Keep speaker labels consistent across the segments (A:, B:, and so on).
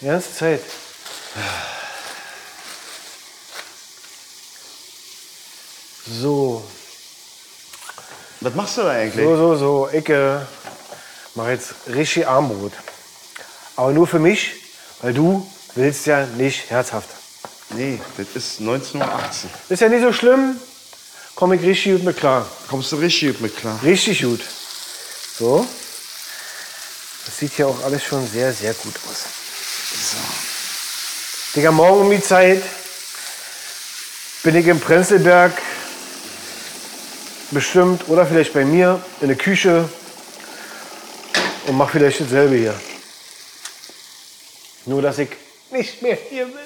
A: Die ganze Zeit. So,
B: Was machst du da eigentlich?
A: so, so, so. Ich äh, mache jetzt richtig Armbrot. Aber nur für mich, weil du willst ja nicht herzhaft.
B: Nee, das ist 19.18 Uhr.
A: Ist ja nicht so schlimm. Komme ich richtig gut mit klar.
B: Kommst du richtig gut mit klar?
A: Richtig gut. So. Das sieht hier auch alles schon sehr, sehr gut aus.
B: So.
A: Digga, morgen um die Zeit bin ich in Prenzlberg bestimmt oder vielleicht bei mir in der Küche und mache vielleicht dasselbe hier. Nur, dass ich nicht mehr hier bin.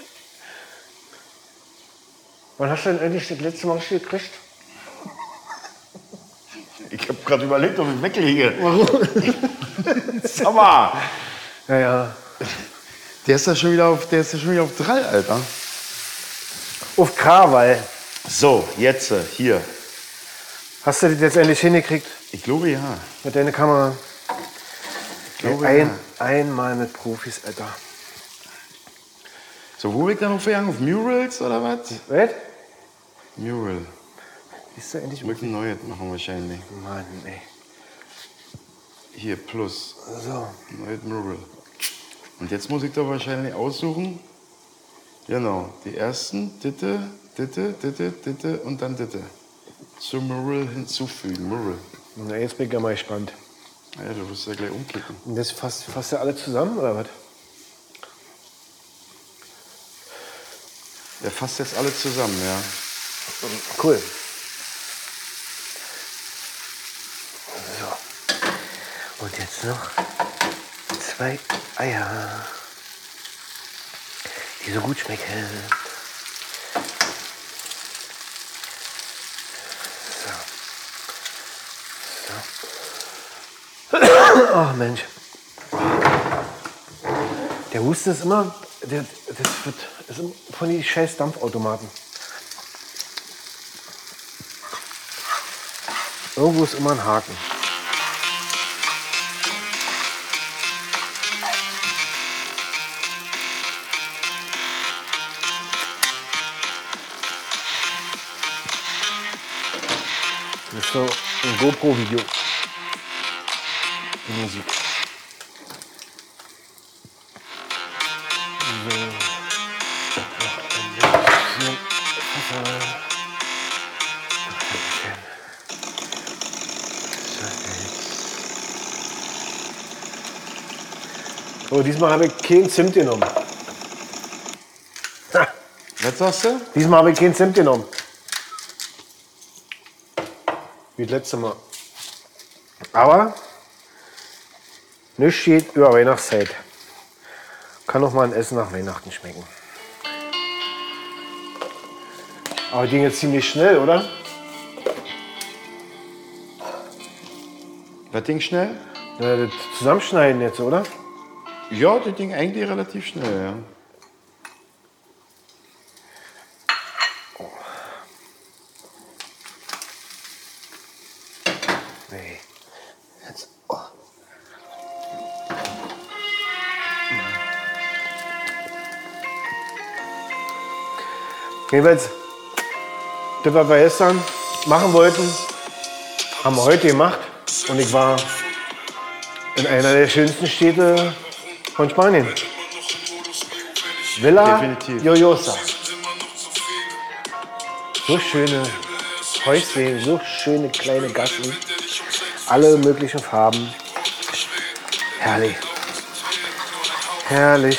A: Wann hast du denn endlich das letzte Mal richtig gekriegt?
B: Ich habe gerade überlegt, ob ich weglege. Warum? Sag mal.
A: Naja,
B: Der ist ja schon wieder auf, der ist ja schon wieder auf drei, Alter.
A: auf Krawall.
B: So, jetzt äh, hier.
A: Hast du das jetzt endlich hingekriegt
B: Ich glaube ja.
A: mit deiner Kamera?
B: Ich
A: Ey,
B: glaube, ja.
A: ein, einmal mit Profis, Alter.
B: So, wo bin ich dann noch vergangen? Auf Murals oder was?
A: Was?
B: Mural.
A: Bist du endlich
B: Ich möchte ein neues machen wahrscheinlich.
A: Mann, ey.
B: Hier, plus.
A: So.
B: Neues Mural. Und jetzt muss ich da wahrscheinlich aussuchen. Genau, die ersten, ditte, ditte, ditte, ditte und dann ditte. Zu Mural hinzufügen, Mural.
A: Na, jetzt bin ich ja mal gespannt.
B: Ja, du wirst ja gleich umkicken.
A: Und das fasst, fasst ihr alle zusammen, oder was?
B: Der fasst jetzt alle zusammen, ja.
A: Cool. So. Und jetzt noch zwei Eier, die so gut schmecken. So. So. Ach Mensch. Der Husten ist immer, der, das wird ist immer von den scheiß Dampfautomaten. Irgendwo ist immer ein Haken. Das ist so ein GoPro-Video. Die Musik. So. Noch ein bisschen Pfeffer. Oh, diesmal habe ich keinen Zimt genommen. Ha,
B: Was sagst du?
A: diesmal habe ich keinen Zimt genommen. Wie das letzte Mal. Aber nichts geht über Weihnachtszeit. Kann noch mal ein Essen nach Weihnachten schmecken. Aber die ging jetzt ziemlich schnell, oder?
B: Das Ding schnell?
A: Na, das Zusammenschneiden jetzt, oder?
B: Ja, das Ding eigentlich relativ schnell, ja.
A: Nee. Jetzt. oh. Jedenfalls, das, was wir gestern machen wollten, haben wir heute gemacht. Und ich war in einer der schönsten Städte von Spanien. Villa
B: Definitiv.
A: Jojosa. So schöne Häuschen, so schöne kleine Gassen. Alle möglichen Farben. Herrlich. Herrlich.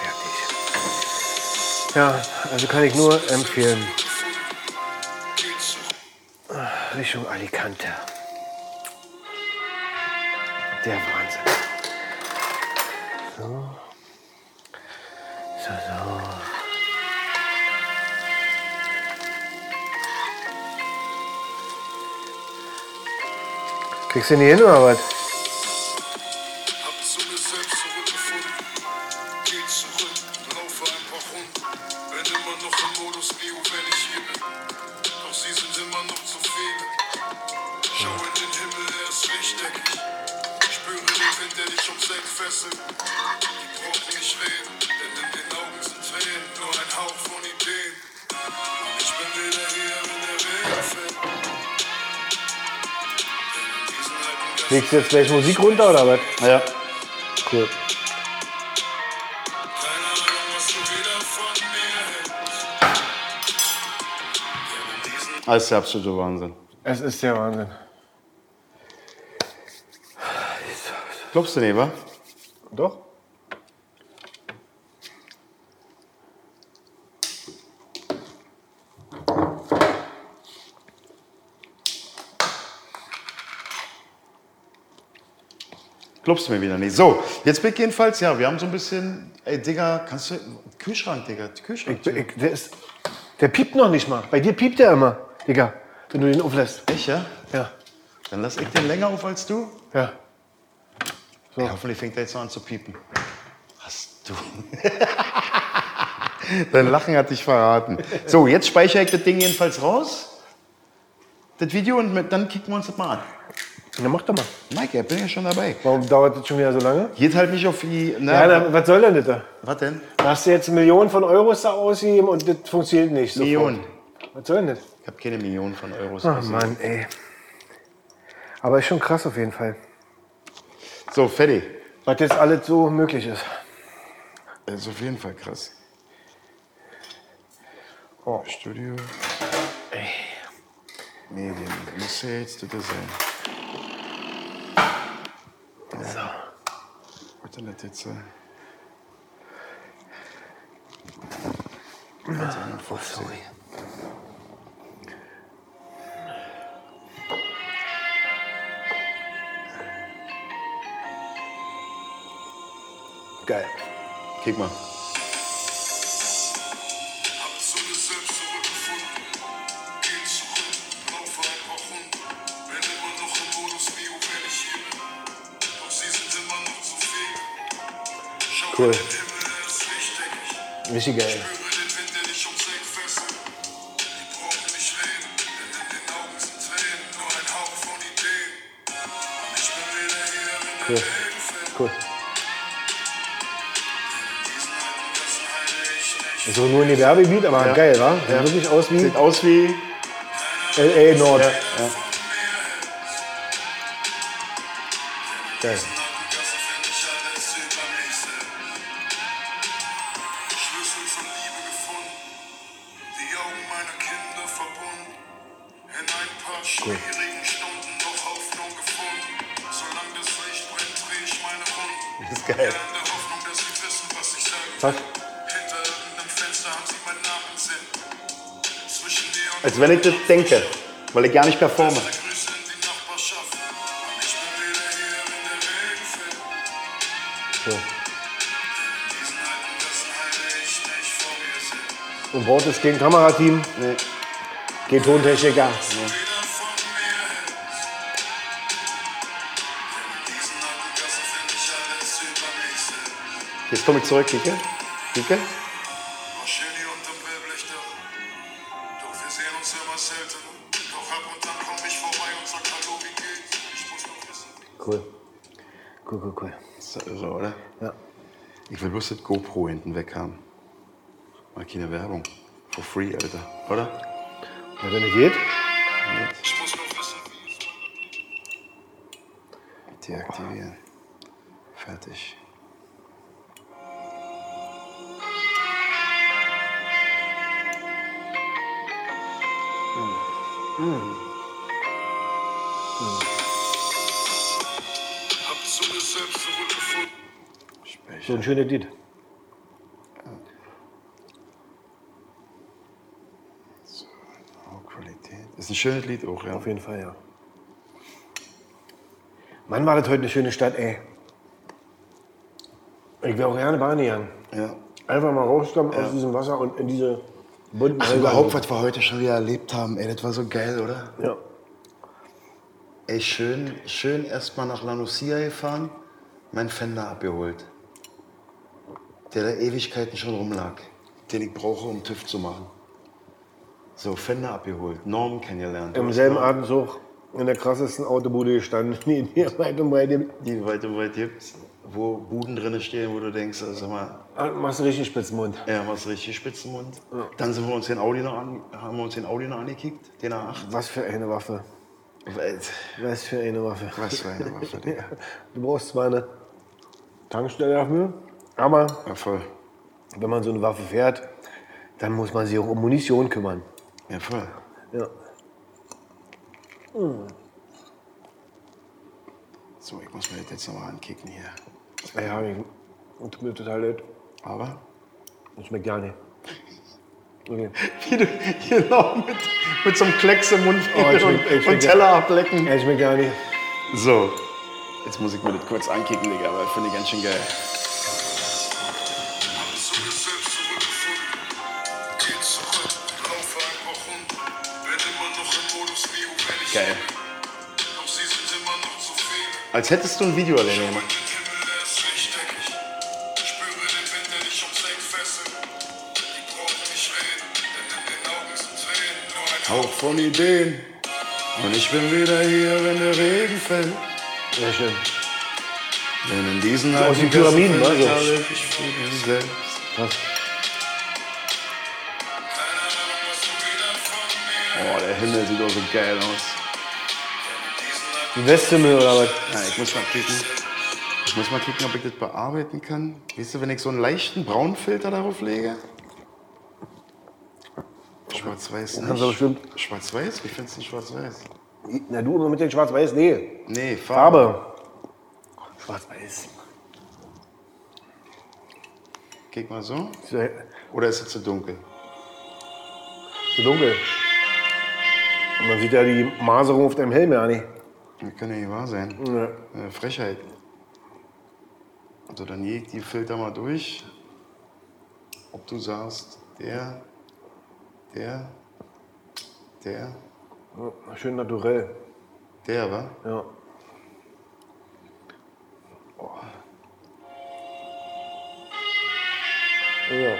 A: Fertig. Ja, also kann ich nur empfehlen. Richtung Alicante. Der Wahnsinn. So. So, so. Kriegst du ihn hier hin oder was?
C: weg. Ich spüre den Wind, der dich umschlägt, fesselt. Die brauchen nicht reden, denn in den Augen sind Tränen, nur ein Hauch von Ideen. Ich bin wieder hier, wenn der Regen fällt. Denn in diesen alten Gassen
A: Legst du jetzt gleich Musik runter oder was?
B: Ja.
A: Cool.
C: Keine Ahnung, was du wieder von mir hältst. Denn in diesen
B: Das ist der absolute Wahnsinn.
A: Es ist der Wahnsinn.
B: Glaubst du nicht, wa?
A: Doch?
B: Glaubst du mir wieder nicht. So, jetzt Blick jedenfalls, ja, wir haben so ein bisschen, ey Digga, kannst du, Kühlschrank, Digga, Kühlschrank.
A: Ich, ich, der, ist, der piept noch nicht mal. Bei dir piept der immer, Digga, wenn du den auflässt.
B: Ich, ja?
A: Ja,
B: Dann lass ich den länger auf als du.
A: ja.
B: Ey, hoffentlich fängt er jetzt noch an zu piepen. Hast du. Dein Lachen hat dich verraten. So, jetzt speichere ich das Ding jedenfalls raus. Das Video und mit, dann kicken wir uns das mal an.
A: Dann mach doch mal.
B: Mike, ich bin ja schon dabei.
A: Warum dauert das schon wieder so lange?
B: Geht halt nicht auf die. Na,
A: Ja, na, was soll denn das da?
B: was denn?
A: Da hast du jetzt Millionen von Euros da ausgegeben und das funktioniert nicht sofort.
B: Millionen.
A: Was soll denn das?
B: Ich habe keine Millionen von Euros.
A: Ach Mann, ey. Aber ist schon krass auf jeden Fall.
B: So, fertig.
A: Was jetzt alles so möglich ist.
B: Das ist auf jeden Fall krass.
A: Oh.
B: Studio. Medien. Muss ja jetzt das sein.
A: So.
B: Warte, das jetzt äh, sein. 151.
A: Geil.
B: Kick mal.
C: Hab zu mir selbst zurückgefunden. Geh zurück, laufe ein paar Runden. Bin immer noch im Modus Bio, wenn ich hier bin. Doch sie sind immer noch zu viel. Schau
A: Cool.
C: in den Himmel, er ist lichtdeckig.
A: Richtig geil.
C: Spüre den Wind, der dich ums Eck fesselt. Die brauchen nicht reden, denn in den Augen sind Tränen. Nur ein Hauch von Ideen. Und ich bin wieder hier, wenn der Regen fällt.
A: Cool.
C: Diesen alten Gassen heile ich nicht.
A: So nur in die Werbegebiet, aber
B: Ja.
A: geil, wa? Sieht
B: Ja.
A: wirklich aus wie
B: Sieht aus wie.
A: L.A. Nord.
B: Ja.
A: Geil.
C: Schlüssel von Liebe gefunden, die Augen meiner Kinder verbunden. In ein paar schwierigen Stunden noch Hoffnung gefunden. Solange das Licht brennt, dreh ich meine Runden.
B: Das ist geil.
C: Ja, in der Hoffnung, dass sie wissen, was ich sage.
A: Was?
C: Hinter irgendeinem Fenster haben sie meinen Namen Sinn. Zwischen dir und
B: Als wenn ich das denke, weil ich gar nicht performe.
C: Beste Grüße in die Nachbarschaft. Ich bin wieder hier, wenn der Regen fällt. Diesen alten Gassen heile ich nicht vor mir selbst.
A: Und Wort ist gegen Kamerateam,
B: Nee.
A: gegen Tontechniker.
C: Wieder von mir hältst. Denn in diesen alten Gassen finde ich alles über mich selbst.
B: Jetzt komme ich zurück, Kike. Kike?
C: War schön hier unterm Wellblichter. Doch wir sehen uns immer selten. Doch ab und an komm ich vorbei und sag Hallo, wie geht's? Ich muss noch wissen.
A: Cool. Cool, cool, cool.
B: Ist ja irre, oder?
A: Ja.
B: Ich will bloß das GoPro hinten weg haben. Mal keine Werbung. For free, Alter. Oder?
A: Na, wenn es geht.
C: Ich muss noch wissen, wie ich.
B: Deaktivieren. Fertig.
C: Hab zu mir selbst zurückgefunden.
A: So
B: Speicher.
A: ein schönes Lied.
B: Oh, Qualität. Ist ein schönes Lied auch, ja.
A: Auf jeden Fall, ja. Mann, war das heute eine schöne Stadt, ey. Ich wäre auch gerne Bahn gegangen.
B: Ja.
A: Einfach mal rauskommen aus diesem Wasser und in diese bunten
B: Also
A: Häuser
B: überhaupt,
A: gehen.
B: was wir heute schon wieder erlebt haben, ey, das war so geil, oder?
A: Ja.
B: Ey, schön, schön erstmal nach La Nucia gefahren, meinen Fender abgeholt. Der da Ewigkeiten schon rumlag. Den ich brauche, um TÜV zu machen. So, Fender abgeholt, Norm kennengelernt.
A: Ähm, Im selben Atemzug in der krassesten Autobude gestanden, die in hier weit und breit gibt.
B: die weit und weit gibt, wo Buden drin stehen, wo du denkst, also sag mal,
A: Ah, Machst einen richtig spitzen Mund.
B: ja, was richtig spitzen Mund. Dann sind wir uns den Audi noch an, haben wir uns den Audi noch angekickt, den A8.
A: Was für eine Waffe.
B: Weil-
A: Was für eine Waffe.
B: Was für eine Waffe, Digga.
A: Du brauchst zwar eine Tankstelle dafür, aber
B: Ja, voll.
A: wenn man so eine Waffe fährt, dann muss man sich auch um Munition kümmern.
B: Ja, voll.
A: Ja.
B: So, ich muss mir das jetzt nochmal ankicken hier.
A: Ja, ich, tut mir total leid.
B: Aber
A: Das schmeckt gar nicht. Okay.
B: wie du genau mit, mit so einem Klecks im Mund
A: Oh, ich
B: und,
A: schmeck- ich
B: und
A: schmeck-
B: Teller ablecken.
A: Ja, schmeckt gar nicht.
B: So, jetzt muss ich mir das kurz ankicken, Digga, weil finde ich ganz schön geil.
C: Hab zu mir selbst zurückgefunden. Geh zurück, laufe einfach rum. Bin immer noch im Modus Mio, wenn ich
B: Geil.
C: Doch sie sind immer noch zu viel.
B: Als hättest du ein Video alleine
C: Schau
B: gemacht.
C: in den Himmel, er ist recht eckig. Spüre den Wind, der dich ums Eck fesselt. Die brauchen nicht reden, denn in den Augen sind Tränen. Nur ein
B: Hauch von Ideen. Und ich bin wieder hier, wenn der Regen fällt.
A: Ja, schön.
B: Denn in diesen
A: aus
B: alten
A: den Pyramiden,
B: Kasten
A: ne, so.
B: alle ich fühle mich selbst.
A: Krass.
C: Keine Ahnung, was du wieder von mir.
B: Oh, der Himmel sieht auch so geil aus.
C: Diesen
A: Die Westhimmel oder was?
B: Ja, ich muss mal kicken. Ich muss mal gucken, ob ich das bearbeiten kann. Weißt du, wenn ich so einen leichten Braunfilter darauf lege? Schwarz-Weiß
A: Kannst du
B: nicht.
A: bestimmt.
B: Schwarz-Weiß? Wie findest du Schwarz-Weiß?
A: Na, du immer mit den Schwarz-Weiß? Nee.
B: Nee, Farbe.
A: Farbe. Schwarz-Weiß.
B: Kick mal so.
A: Ist ja
B: Oder ist es zu dunkel?
A: Zu dunkel. Und man sieht ja die Maserung auf deinem Helm ja nicht.
B: Das kann ja nicht wahr sein.
A: Ja.
B: Äh, Frechheit. Also dann jeg die Filter mal durch. Ob du sagst, der, der, der,
A: Ja, Schön naturell.
B: der, wa?
A: Ja. Ja.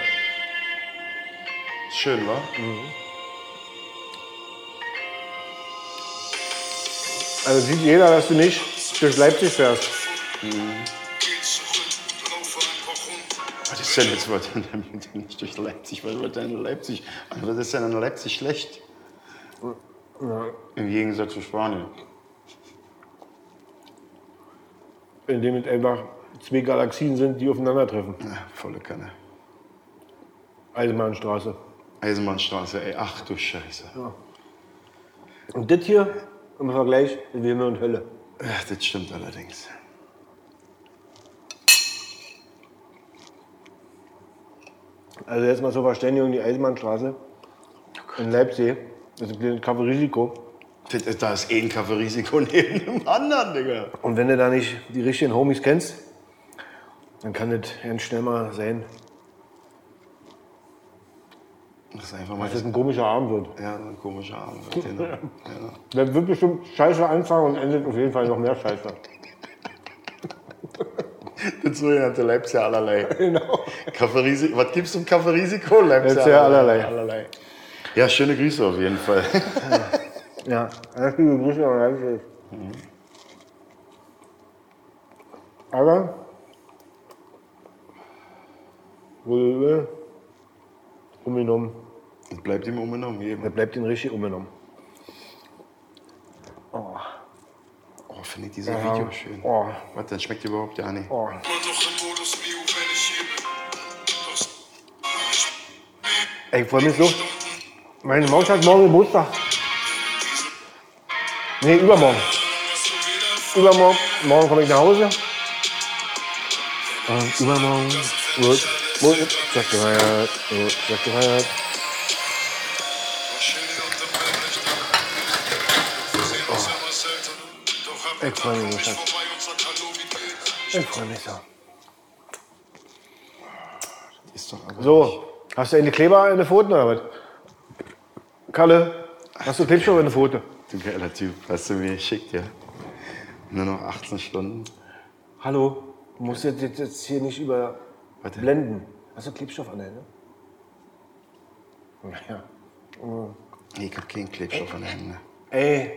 B: Ist Schön, wa?
A: Also sieht jeder, dass du nicht durch Leipzig fährst.
C: Geh zurück, laufe einfach rum.
B: Was ist denn jetzt was denn nicht durch Leipzig? Was wird denn in Leipzig? Also Was ist denn an Leipzig schlecht? Im Gegensatz zu Spanien.
A: In denen es einfach zwei Galaxien sind, die aufeinandertreffen.
B: Ja, volle Kanne.
A: Eisenbahnstraße.
B: Eisenbahnstraße, ey, ach du Scheiße.
A: Und das hier im Vergleich ist wie Himmel und Hölle.
B: Ach, das stimmt allerdings.
A: Also jetzt mal zur Verständigung, die Eisenbahnstraße in Leipzig, das ist ein kleines Kaffeerisiko.
B: Das ist- Da ist eh ein Kaffeerisiko neben dem anderen, Digga.
A: Und wenn du da nicht die richtigen Homies kennst, dann kann das ganz schnell mal sein,
B: Das ist einfach mal
A: dass es ein komischer Abend wird.
B: Ja, ein komischer Arm. Genau. ja.
A: Der wird bestimmt scheiße anfangen und endet auf jeden Fall noch mehr scheiße.
B: Das sogenannte Leipziger allerlei.
A: Genau.
B: Kaffeerisiko. Was gibt's zum Kaffeerisiko?
A: Leipziger allerlei.
B: Ja, schöne Grüße auf jeden Fall.
A: Ja, alles liebe Grüße an Leipzig. Mhm. Aber, wurde übel, umgenommen.
B: Das bleibt ihm unbenommen.
A: Der
B: Jedem.
A: bleibt ihn richtig umgenommen. Oh,
B: Oh, finde ich dieses
A: Ja.
B: Video schön.
A: Oh.
B: Was, dann schmeckt die überhaupt ja nicht.
A: oh.
C: Immer noch im Modus Mio, wenn ich hier bin. Doch
A: Ey, ich freue mich so. Meine Maus hat morgen Geburtstag. Nee, übermorgen. Übermorgen. Morgen komme ich nach Hause. Und übermorgen wird
C: Oh.
A: Geburtstag gefeiert. Geburtstag gefeiert.
C: Ich
A: freu mich nicht.
C: nicht.
A: Ich freue mich so.
B: Ist doch aber
A: So, hast du eine Kleber in den Pfoten oder was? Kalle, hast du Klebstoff in den Pfoten?
B: Du geiler Typ. Hast du mir geschickt, ja. Nur noch 18 Stunden.
A: Hallo, du musst jetzt, jetzt- jetzt hier nicht
B: Warte.
A: überblenden. Hast du Klebstoff an der Hände? Ja.
B: Nee, ich hab keinen Klebstoff an den Händen.
A: Ey,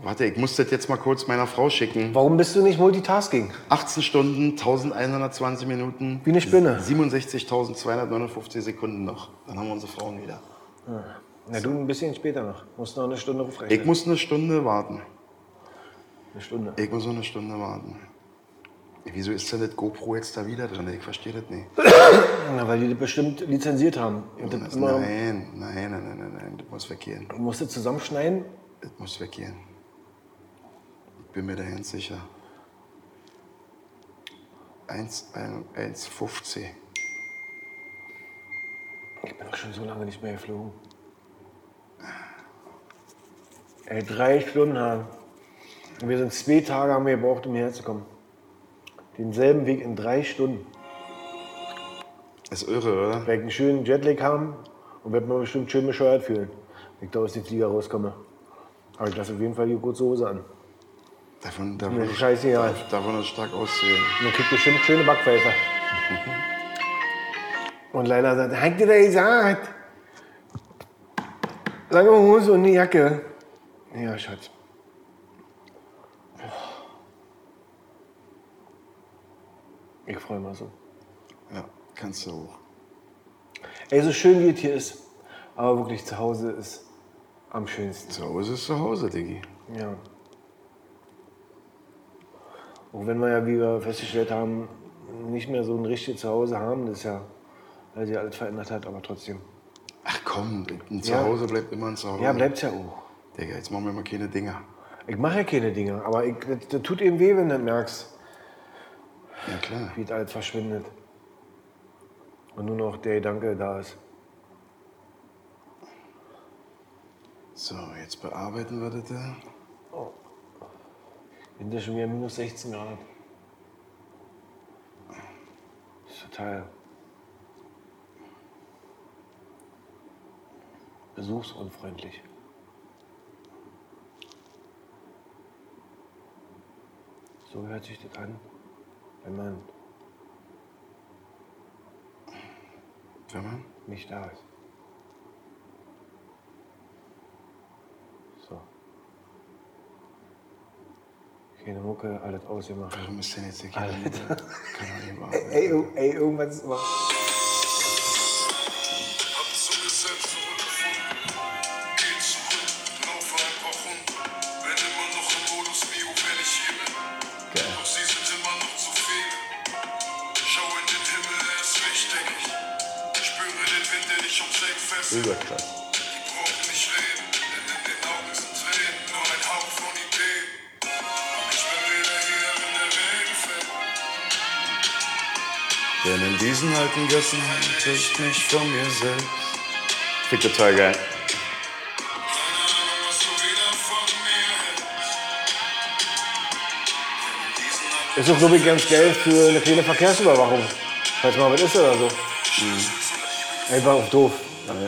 B: Warte, ich muss das jetzt mal kurz meiner Frau schicken.
A: Warum bist du nicht Multitasking?
B: 18 Stunden, 1120 Minuten.
A: Wie eine Spinne.
B: 67.259 Sekunden noch. Dann haben wir unsere Frauen wieder.
A: Ah. Na du ein bisschen später noch. Musst noch eine Stunde
B: Ich
A: aufrechnen.
B: muss eine Stunde warten.
A: Eine Stunde.
B: Ich muss noch eine Stunde warten. Wieso ist denn das GoPro jetzt da wieder drin? Ich verstehe das nicht.
A: Ah, Na, weil die das bestimmt lizenziert haben. Und das immer,
B: Nein, nein, nein, nein, nein, nein. Das muss weggehen.
A: du musst das zusammenschneiden.
B: Das muss weggehen. Ich bin mir da ganz sicher. 1, 1, 50.
A: Ich bin doch schon so lange nicht mehr geflogen. Ey, drei Stunden haben. Und wir sind zwei Tage haben wir gebraucht, um hierher zu kommen. Denselben Weg in drei Stunden.
B: Ist irre, oder?
A: Weil ich einen schönen Jetlag haben und werde mich bestimmt schön bescheuert fühlen, wenn ich da aus dem Flieger rauskomme. Aber ich lasse auf jeden Fall die kurze Hose an.
B: Davon, davon,
A: Mir scheißegal.
B: dav- davon ist stark auszugehen.
A: Und dann kriegt bestimmt schöne Backpfeife. Und Leila sagt, hat dir das gesagt? Lange Hose und eine Jacke. Ja, Schatz. Ich freue mich so.
B: Ja, kannst du hoch.
A: Ey, so schön wie es hier ist. Aber wirklich zu Hause ist am schönsten.
B: Zu Hause ist zu Hause, Diggi.
A: Ja. Auch wenn wir ja, wie wir festgestellt haben, nicht mehr so ein richtiges Zuhause haben, das ist ja, weil sich alles verändert hat, aber trotzdem.
B: Ach komm, ein
A: Ja.
B: Zuhause bleibt immer ein Zuhause.
A: Ja, bleibt's ja auch.
B: Digga, jetzt machen wir mal keine Dinger.
A: Ich mache ja keine Dinge, aber ich, das, das tut eben weh, wenn du merkst,
B: Ja, klar.
A: wie das alles verschwindet. Und nur noch der Gedanke da ist.
B: So, jetzt bearbeiten wir das da.
A: Sind ja schon wieder minus 16 Grad. Das ist total. Besuchsunfreundlich. So hört sich das an, wenn man
B: Wenn man.
A: nicht da ist. So. Keine Mucke, alles ausgemacht.
B: Warum ist denn jetzt hier keine Mutter? Kann man nicht bearbeiten.
A: Ey, ey, irgendwas ist immer.
C: Hab zu mir selbst zurückgefunden. Geh zurück, laufe einfach rund. Bin immer noch im Modus Bio, wenn ich hier bin.
B: Geil.
C: Doch sie sind immer noch zu viel. Schau in den Himmel, er ist wichtig. Spüre den Wind, der dich ums Eck fest.
B: Überkrass.
C: Die brauchen nicht reden, denn in den Augen sind Tränen. Nur ein Hauch von Ideen. Ich bin wieder hier, wenn der Regen fällt.
B: Denn in diesen alten Gassen halte ich mich von mir selbst. Fick total geil.
C: Keine Ahnung, was du wieder von mir hältst. Denn in diesen alten
A: Ist doch, glaube ich, ganz geil für eine kleine Verkehrsüberwachung. Falls mal was ist oder so.
C: Mhm.
A: Ey, war auch doof.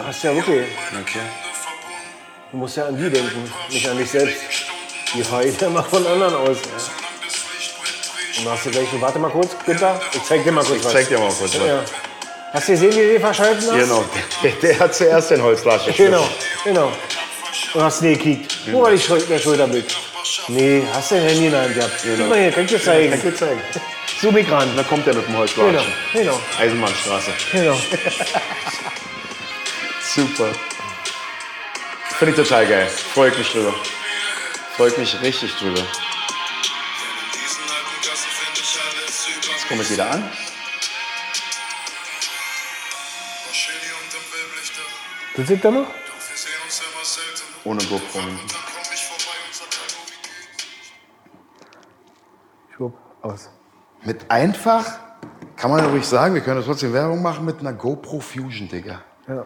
A: Hast ja wirklich.
B: Okay.
A: Du musst ja an die denken, nicht an dich selbst. Die Gefahr geht ja immer von anderen aus. Und dann hast du gleich so, warte mal kurz, Günther, ich zeig dir mal kurz
B: Ich
A: was.
B: zeig dir mal kurz was.
A: Ja. Hast du gesehen, wie du verschalten hast?
B: Genau, der, der hat zuerst den Holzflasch geschmissen.
A: Genau, genau. Und hast nie gekickt.
B: Genau.
A: Nur weil ich schul- der Schulterblick. Nee, hast dein Handy in der Hand gehabt. Guck mal hier, kann ich dir zeigen.
B: Genau. Ich dir zeigen.
A: So Migrant.
B: Da kommt er mit dem
A: Genau,
B: Holzflasch.
A: genau,
B: Eisenbahnstraße.
A: genau.
B: Super. Finde ich total geil. Freut mich drüber. Freut mich richtig drüber.
C: Jetzt
B: Kommt wieder an.
A: Sitze ich da noch?
B: Ohne GoPro hinten.
A: Schwupp, aus.
B: Mit einfach, kann man ja ruhig sagen, wir können trotzdem Werbung machen, mit einer GoPro Fusion, Digga.
A: Ja.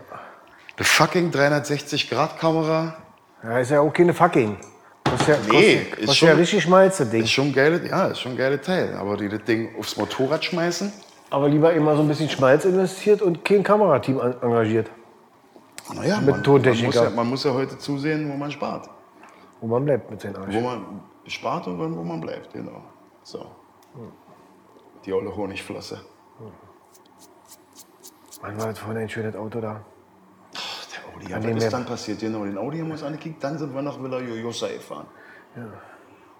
B: Eine fucking 360-Grad-Kamera.
A: Ja, ist ja auch keine fucking. Das ist ja,
B: Nee,
A: kostet,
B: ist
A: kostet ja
B: schon-
A: richtig Schmalz, das
B: Ist
A: Ding.
B: schon ein geiles, ja, ist schon ein geiles Teil. Aber die das Ding aufs Motorrad schmeißen,
A: Aber lieber immer so ein bisschen Schmalz investiert und kein Kamerateam an- engagiert,
B: naja,
A: Mit
B: man, man, muss
A: Tontechniker.
B: ja, man muss ja heute zusehen, wo man spart.
A: wo man bleibt mit seinen Arsch.
B: Wo man spart und wo man bleibt, genau. So. Die olle Honigflosse.
A: Mann, war das vorhin ein schönes Auto da.
B: Der Audi, ja,
A: An dem
B: was ist
A: wir-
B: dann passiert? Genau, den Audi haben wir uns angekickt, dann sind wir nach Villa Jojosa gefahren.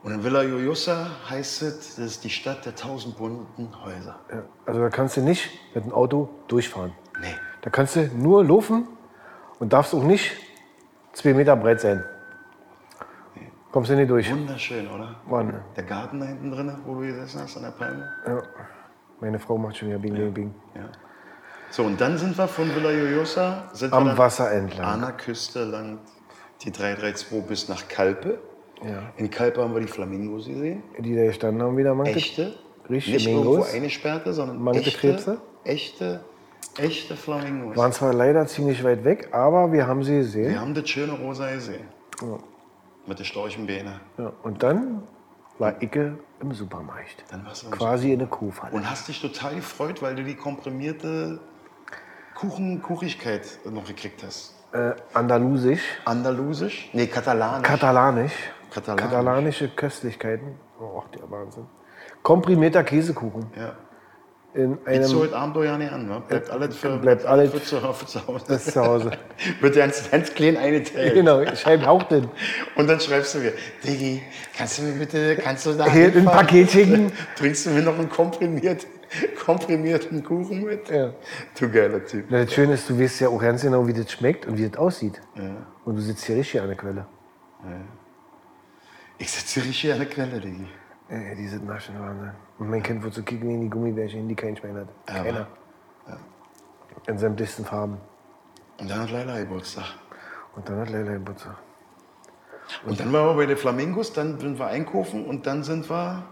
B: Und in Villa Jojosa heißt es, das ist die Stadt der tausend bunten Häuser.
A: Ja. Also da kannst du nicht mit dem Auto durchfahren.
B: Nee.
A: Da kannst du nur laufen und darfst auch nicht zwei Meter breit sein. Kommst du nicht durch.
B: Wunderschön, oder?
A: Mann,
B: Der Garten da hinten drin, wo du gesessen hast, an der Palme.
A: ja. Meine Frau macht schon wieder Bing, Bing, Bing.
B: Ja. So, und dann sind wir von Villa Jojosa sind wir
A: Am
B: dann
A: Wasser entlang.
B: An der Küste lang die 332 bis nach Kalpe.
A: Ja.
B: In Kalpe haben wir die Flamingos gesehen.
A: Die da gestanden haben wieder, Manke.
B: Echte.
A: Richtig
B: Nicht irgendwo
A: Mingos.
B: eingesperrte, sondern echte,
A: Mantelkrebse?
B: echte, echte Flamingos.
A: Waren zwar leider ziemlich weit weg, aber wir haben sie
B: Wir
A: gesehen.
B: haben das schöne Rosa gesehen. Mit den Storchenbeinen.
A: Ja. Und dann war Icke im Supermarkt.
B: Dann warst du im
A: Quasi in der Kuhfalle.
B: Und hast dich total gefreut, weil du die komprimierte Kuchen Kuchigkeit noch gekriegt hast.
A: Äh, Andalusisch.
B: Andalusisch? Nee, katalanisch.
A: Katalanisch.
B: Katalanisch.
A: Katalanische Köstlichkeiten. Oh, ach, der Wahnsinn. Komprimierter Käsekuchen.
B: ja.
A: In
B: Gibt's
A: einem.
B: heute Abend doch ja nicht an, ne? Bleibt alles für,
A: Ähm, äh, Bleibt alles
B: für zu Hause. Für zu Hause.
A: Das zu Hause.
B: Wird ganz, ganz klein eingeteilt.
A: genau, ich habe auch den.
B: Und dann schreibst du mir, Diggi, kannst du mir bitte, kannst du da
A: Hier, ein
B: hinfahren?
A: Paket schicken?
B: Bringst du mir noch einen komprimiert, komprimierten Kuchen mit?
A: Ja.
B: Du geiler Typ.
A: Na, das Schöne ist, du weißt ja auch ganz genau, wie das schmeckt und wie das aussieht. Und du sitzt hier richtig an der Quelle.
B: Ich sitze richtig an der Quelle, Diggi.
A: Ey, die sind Maschen Wahnsinn. Und mein Kind wird so kicken wie in die Gummibärchen, die keinen Schwein hat. Keiner. In sämtlichsten Farben.
B: Und dann hat Leila Geburtstag.
A: Und dann hat Leila Geburtstag.
B: Und dann waren wir bei den Flamingos, dann sind wir einkaufen und dann sind wir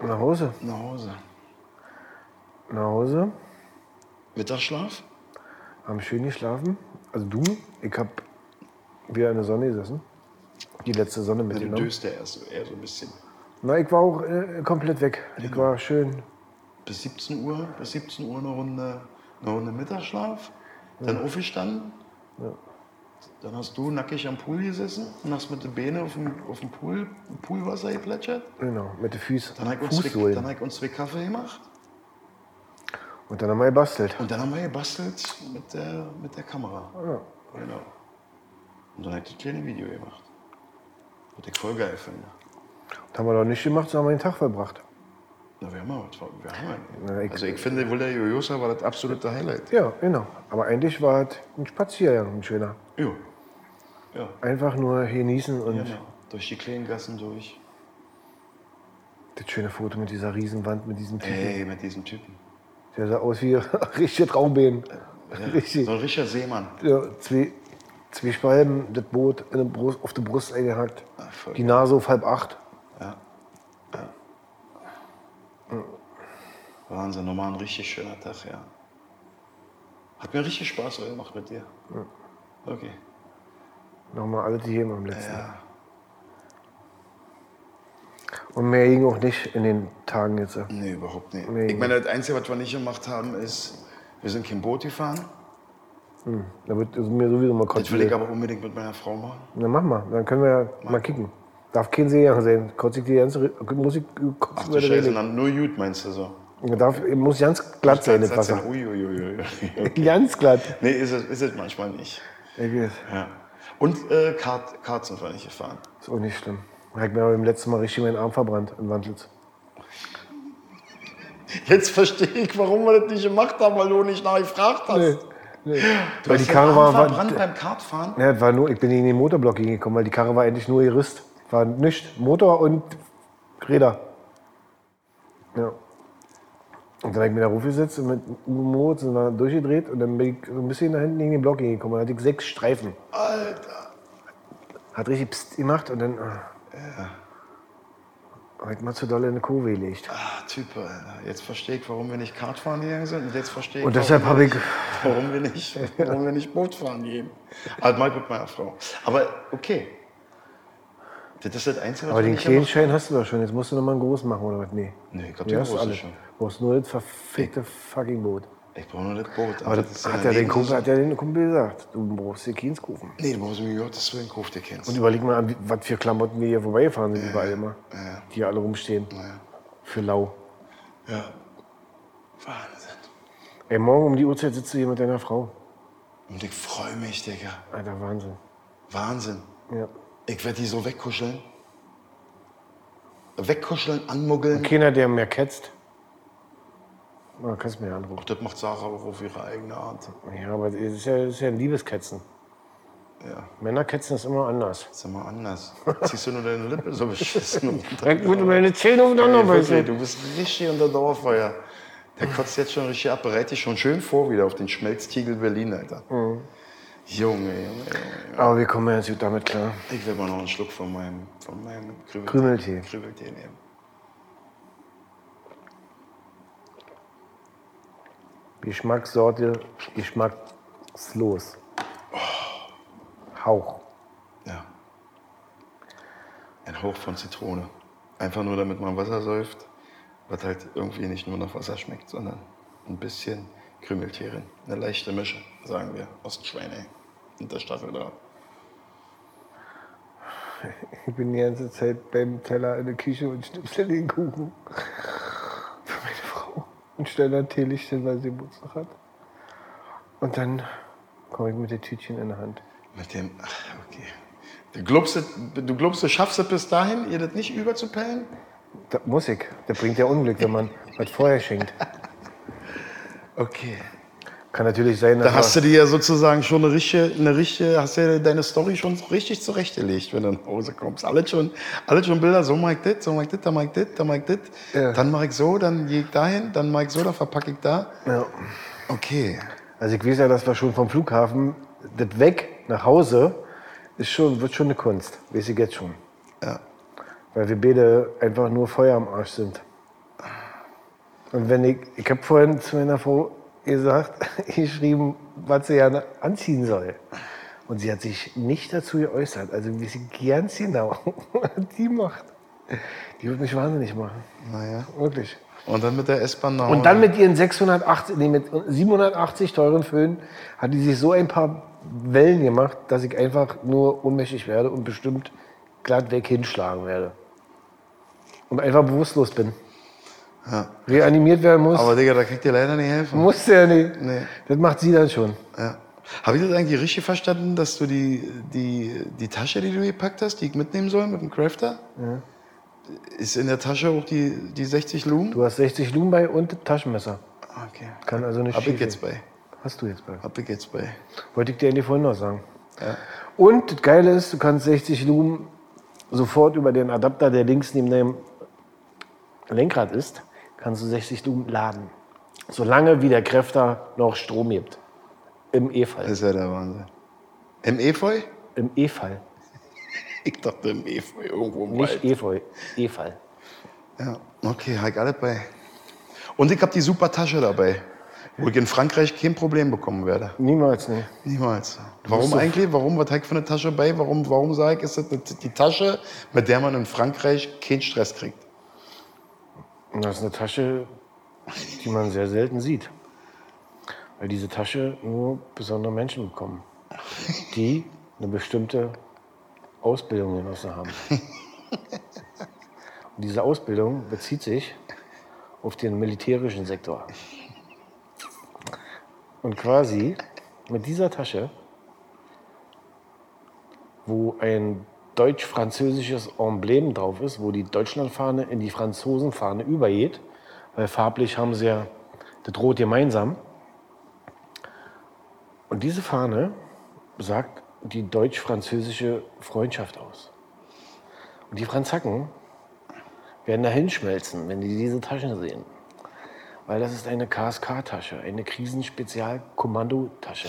A: Nach Hause.
B: nach Hause.
A: Nach Hause.
B: Mittagsschlaf?
A: Haben schön geschlafen. Also du, ich hab wieder in der Sonne gesessen. Die letzte Sonne
B: Du
A: mitgenommen.
B: döst ja erst so, eher so ein bisschen.
A: Na, ich war auch äh, komplett weg. Ich war schön.
B: bis 17 Uhr, bis 17 Uhr eine Runde, eine Runde Mittagsschlaf, dann aufgestanden. Dann hast du nackig am Pool gesessen und hast mit den Beinen auf dem, auf dem Pool, Poolwasser geplätschert.
A: Genau, mit den Füßen.
B: Dann hab ich uns, zwei, dann
A: Fußsohlen.
B: hab ich uns zwei Kaffee gemacht
A: Und dann haben wir gebastelt.
B: und dann haben wir gebastelt mit der, mit der Kamera.
A: Ah,
B: Genau. Und dann hab ich das kleine Video gemacht. Was ich voll geil finde.
A: Das haben wir doch nicht gemacht, sondern haben wir den Tag verbracht.
B: Na, wir haben ja was. Wir haben ja.
A: Na, ich-
B: also ich finde, Wilder Jojosa war das absolute Highlight.
A: Ja, genau. Aber eigentlich war es ein Spaziergang, ein schöner.
B: Ja. Ja.
A: Einfach nur genießen und
B: Genau. Durch die kleinen Gassen durch.
A: das schöne Foto mit dieser Riesenwand, mit diesem Typen.
B: Ey, mit diesem Typen.
A: Der sah aus wie richtige Traumbehen. Richtig.
B: So ein richtiger Seemann.
A: Ja, zwei, zwei Schwalben, das Boot in der Brust, auf die Brust eingehackt.
B: Ah, voll
A: Die Nase auf halb acht.
B: Wahnsinn, nochmal ein richtig schöner Tag, ja. Hat mir richtig Spaß gemacht mit dir. Okay.
A: Nochmal alle die Themen am letzten.
B: Ja.
A: Und mehr ging auch nicht in den Tagen jetzt.
B: Nee, überhaupt nicht.
A: Nee.
B: Ich meine, das Einzige, was wir nicht gemacht haben, ist, wir sind kein Boot gefahren.
A: Da wird es mir sowieso mal
B: Das will ich
A: kotzen.
B: aber unbedingt mit meiner Frau machen.
A: Na mach mal, dann können wir ja mal kicken. Darf kein Seegang sein. Kotze ich die ganze Re- muss ich
B: Ach
A: kotzen
B: du
A: über die
B: Scheiße,
A: Rede.
B: dann nur gut, meinst du so?
A: Darf, muss ganz glatt sein das Wasser.
B: Uiuiuiui.
A: Ganz glatt.
B: nee, ist es, ist es manchmal nicht.
A: Ich weiß.
B: Ja. Und äh, Kart, Kart sind wir nicht gefahren.
A: Ist auch nicht schlimm. Da hab Ich mir aber beim letzten Mal richtig meinen Arm verbrannt in Wandlitz.
B: Jetzt verstehe ich, warum wir das nicht gemacht haben, weil du nicht nachgefragt hast. Du
A: Weil
B: hast
A: die
B: den
A: Karre
B: Arm
A: war,
B: verbrannt
A: war,
B: beim Kartfahren.
A: ja, war nur, ich bin in den Motorblock hingekommen, weil die Karre war eigentlich nur Gerüst. War nichts. Motor und Räder. Ja. Und dann hab ich mir da hochgesetzt und mit Umo sind wir durchgedreht und dann bin ich so ein bisschen nach hinten in den Block hingekommen. Dann hatte ich sechs Streifen.
B: Alter.
A: Hat richtig Psst gemacht und dann. ah. Hab ich mal zu doll in eine Kurve gelegt.
B: Ah, Typ, Alter. Jetzt verstehe ich, warum wir nicht Kartfahren gegangen sind. Und jetzt verstehe ich,
A: Und deshalb
B: warum,
A: habe ich.
B: warum, wir nicht, warum wir nicht Boot fahren gehen. Halt mal mit meiner Frau. Aber okay. Das ist das Einzige, was
A: Aber
B: wir
A: den
B: nicht
A: kleinen
B: gemacht
A: Schein hast du doch schon. Jetzt musst du noch mal einen großen machen oder was? Nee.
B: haben. Nee, ich glaube,
A: Du
B: den
A: hast
B: großen
A: alles.
B: schon.
A: Du hast nur das verfickte fucking Boot.
B: Ich brauche nur das Boot.
A: Aber das
B: ist
A: hat ja
B: eine
A: den Kumpel,
B: Nebensache.
A: hat ja den Kumpel gesagt. Du brauchst hier keins kaufen.
B: Nee, du brauchst um mir gehört, dass du den Kauf dir kennst.
A: Und überleg mal, an, wie- was für Klamotten wir hier vorbeigefahren sind, überall immer.
B: ja.
A: Die hier alle rumstehen.
B: Naja.
A: Für lau.
B: Ja. Wahnsinn.
A: Ey, morgen um die Uhrzeit sitzt du hier mit deiner Frau.
B: Und ich freue mich, Digga.
A: Alter, Wahnsinn.
B: Wahnsinn.
A: Ja.
B: Ich werde die so wegkuscheln. Wegkuscheln, anmuggeln.
A: Keiner, der mehr ketzt. Na, kannst du mir ja anrufen.
B: Ach, das macht Sarah auch auf ihre eigene Art.
A: Ja, aber es ist ja, es ist ja ein Liebesketzen.
B: Ja,
A: Männer ketzen ist immer anders.
B: ist ja mal anders. Ziehst du nur deine Lippe so beschissen runter.
A: Ich würde meine Zähne
B: Ey,
A: aufeinander
B: wirklich,
A: beißen.
B: du bist richtig unter Dauerfeuer. Der kotzt jetzt schon richtig ab. Bereite dich schon schön vor wieder auf den Schmelztiegel Berlin, Alter. Junge, Junge, Junge.
A: Aber wir kommen ja jetzt gut damit klar.
B: Ich will mal noch einen Schluck von meinem, von meinem Krümeltee,
A: Krümeltee.
B: Krümeltee nehmen.
A: Geschmackssorte, geschmackslos. Hauch.
B: Ja. Ein Hauch von Zitrone. Einfach nur, damit man Wasser säuft, was halt irgendwie nicht nur nach Wasser schmeckt, sondern ein bisschen Krümeltee drin. Eine leichte Mische, sagen wir, aus Schweine und der Stacheldraht.
A: Ich bin die ganze Zeit beim Teller in der Küche und schnipsel den Kuchen. Für meine Frau. Und stelle ein Teelicht hin, weil sie Geburtstag hat. Und dann komme ich mit dem Tütchen in der Hand.
B: Mit dem, ach, okay. Du glaubst, du- du glaubst, du schaffst es bis dahin, ihr das nicht überzupellen?
A: Da muss ich. Das bringt ja Unglück, wenn man was vorher schenkt.
B: Okay.
A: Kann natürlich sein, dass
B: Da hast du dir ja sozusagen schon eine richtige, eine richtige, hast ja deine Story schon so richtig zurechtgelegt, wenn du nach Hause kommst. Alle schon, alle schon Bilder, so mach ich das, so mach ich das, dann mach ich das, dann mach ich das.
A: Ja.
B: Dann mach ich so, dann gehe ich dahin, dann mach ich so, dann verpacke ich da.
A: Ja.
B: Okay.
A: Also ich weiß ja, dass wir schon vom Flughafen, das weg nach Hause, ist schon, wird schon eine Kunst. Weiß ich jetzt schon.
B: Ja.
A: Weil wir beide einfach nur Feuer am Arsch sind. Und wenn ich, ich habe vorhin zu meiner Frau gesagt, geschrieben, was sie gerne anziehen soll. Und sie hat sich nicht dazu geäußert. Also wir sind ganz genau, was die macht. Die wird mich wahnsinnig machen.
B: Naja.
A: Wirklich.
B: Und dann mit der S-Bahn nach
A: Und
B: Hause.
A: dann mit ihren 680, nee, mit 780 teuren Föhn hat die sich so ein paar Wellen gemacht, dass ich einfach nur ohnmächtig werde und bestimmt glatt weg hinschlagen werde. Und einfach bewusstlos bin.
B: Ja.
A: Reanimiert werden muss,
B: Aber Digga, da kriegt ihr leider nicht helfen.
A: muss ja nicht.
B: Nee.
A: Das macht sie dann schon.
B: Ja. Habe ich das eigentlich richtig verstanden, dass du die, die, die Tasche, die du gepackt hast, die ich mitnehmen soll mit dem Crafter? Ist in der Tasche auch die, die 60 Lumen?
A: Du hast 60 Lumen bei und das Taschenmesser.
B: Okay.
A: Kann also nicht
B: Hab ich
A: schiefgehen.
B: jetzt bei.
A: Hast du jetzt bei.
B: Hab ich jetzt bei.
A: Wollte ich dir eigentlich vorhin noch sagen.
B: Ja.
A: Und das Geile ist, du kannst 60 Lumen sofort über den Adapter, der links neben deinem Lenkrad ist, kannst du 60 Lumen laden. Solange wie der Kräfter noch Strom gibt. Im
B: Das
A: E-Fall.
B: ist ja der Wahnsinn. Im Efeu?
A: Im E-Fall.
B: Ich dachte im Efeu irgendwo im
A: Nicht
B: Wald.
A: E-Fall. E-Fall.
B: Ja. Okay, hab ich alles bei. Und ich hab die super Tasche dabei, wo ich in Frankreich kein Problem bekommen werde.
A: Niemals, ne?
B: Niemals. Warum eigentlich? Warum? Was hat für eine Tasche bei? Warum, warum sage ich, ist das die- die Tasche, mit der man in Frankreich keinen Stress kriegt?
A: Das ist eine Tasche, die man sehr selten sieht. Weil diese Tasche nur besondere Menschen bekommen, die eine bestimmte Ausbildung genossen haben. Und diese Ausbildung bezieht sich auf den militärischen Sektor. Und quasi mit dieser Tasche, wo ein deutsch-französisches Emblem drauf ist, wo die Deutschlandfahne in die Franzosenfahne übergeht, weil farblich haben sie ja das Rot gemeinsam. Und diese Fahne sagt die deutsch-französische Freundschaft aus. Und die Franzacken werden dahin schmelzen, wenn die diese Taschen sehen. Weil das ist eine KSK-Tasche, eine Krisenspezialkommandotasche.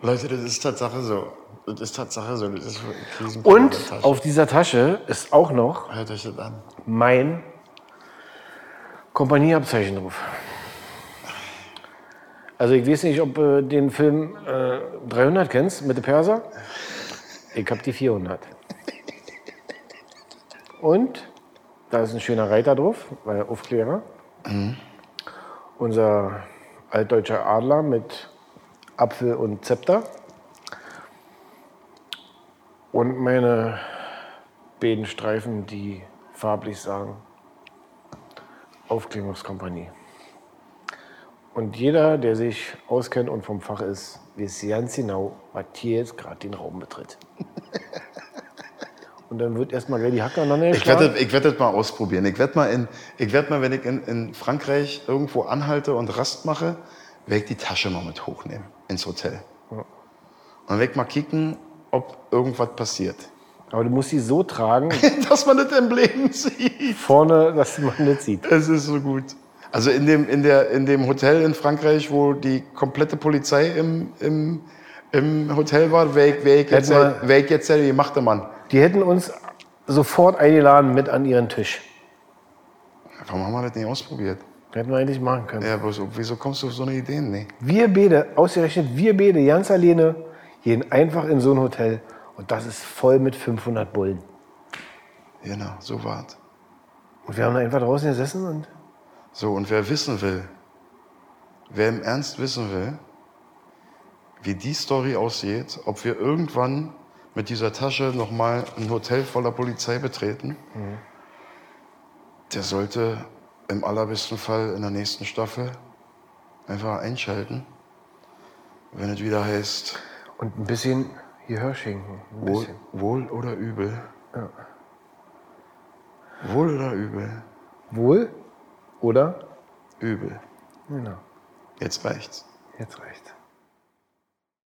B: Leute, das ist Tatsache so. Das ist Tatsache so. Das ist ein
A: Und auf dieser Tasche ist auch noch
B: Hört euch das an.
A: mein Kompanieabzeichenruf. Also ich weiß nicht, ob du äh, den Film äh, 300 kennst mit dem Perser. Ich hab die 400. Und da ist ein schöner Reiter drauf, weil Aufklärer. Unser altdeutscher Adler mit Apfel und Zepter. Und meine beiden Streifen, die farblich sagen Aufklärungskompanie. Und jeder, der sich auskennt und vom Fach ist, weiß ganz genau, was hier jetzt gerade den Raum betritt. Und dann wird erstmal gleich die Hacke aneinander
B: Ich werde
A: geschlagen.
B: das, ich werd das mal ausprobieren. Ich werde mal, in, ich werd mal, wenn ich in, in Frankreich irgendwo anhalte und Rast mache, werde ich die Tasche mal mit hochnehmen ins Hotel. Und weg mal kicken, ob irgendwas passiert.
A: Aber du musst sie so tragen,
B: Dass man das Emblem sieht.
A: vorne, dass man das sieht.
B: Es ist so gut. Also in dem, in, der, in dem Hotel in Frankreich, wo die komplette Polizei im, im, im Hotel war, wäre ich, wär ich, jetzt
A: Hätte
B: der- wär ich jetzt der gemachte Mann.
A: Die hätten uns sofort eingeladen mit an ihren Tisch.
B: Warum haben wir das nicht ausprobiert?
A: Hätten wir eigentlich machen können.
B: Ja, aber so, wieso kommst du auf so eine Idee? Nee.
A: Wir Bede, ausgerechnet wir Bede, ganz alleine, gehen einfach in so ein Hotel. Und das ist voll mit 500 Bullen.
B: Genau, so war's.
A: Und wir haben da einfach draußen gesessen und
B: So, und wer wissen will, wer im Ernst wissen will, wie die Story aussieht, ob wir irgendwann mit dieser Tasche nochmal ein Hotel voller Polizei betreten, der sollte im allerbesten Fall in der nächsten Staffel einfach einschalten, wenn es wieder heißt,
A: Und ein bisschen Gehör schenken. Ein
B: wohl,
A: bisschen.
B: wohl oder übel. Wohl oder übel?
A: Wohl oder?
B: Übel.
A: Genau.
B: Jetzt reicht's.
A: Jetzt reicht.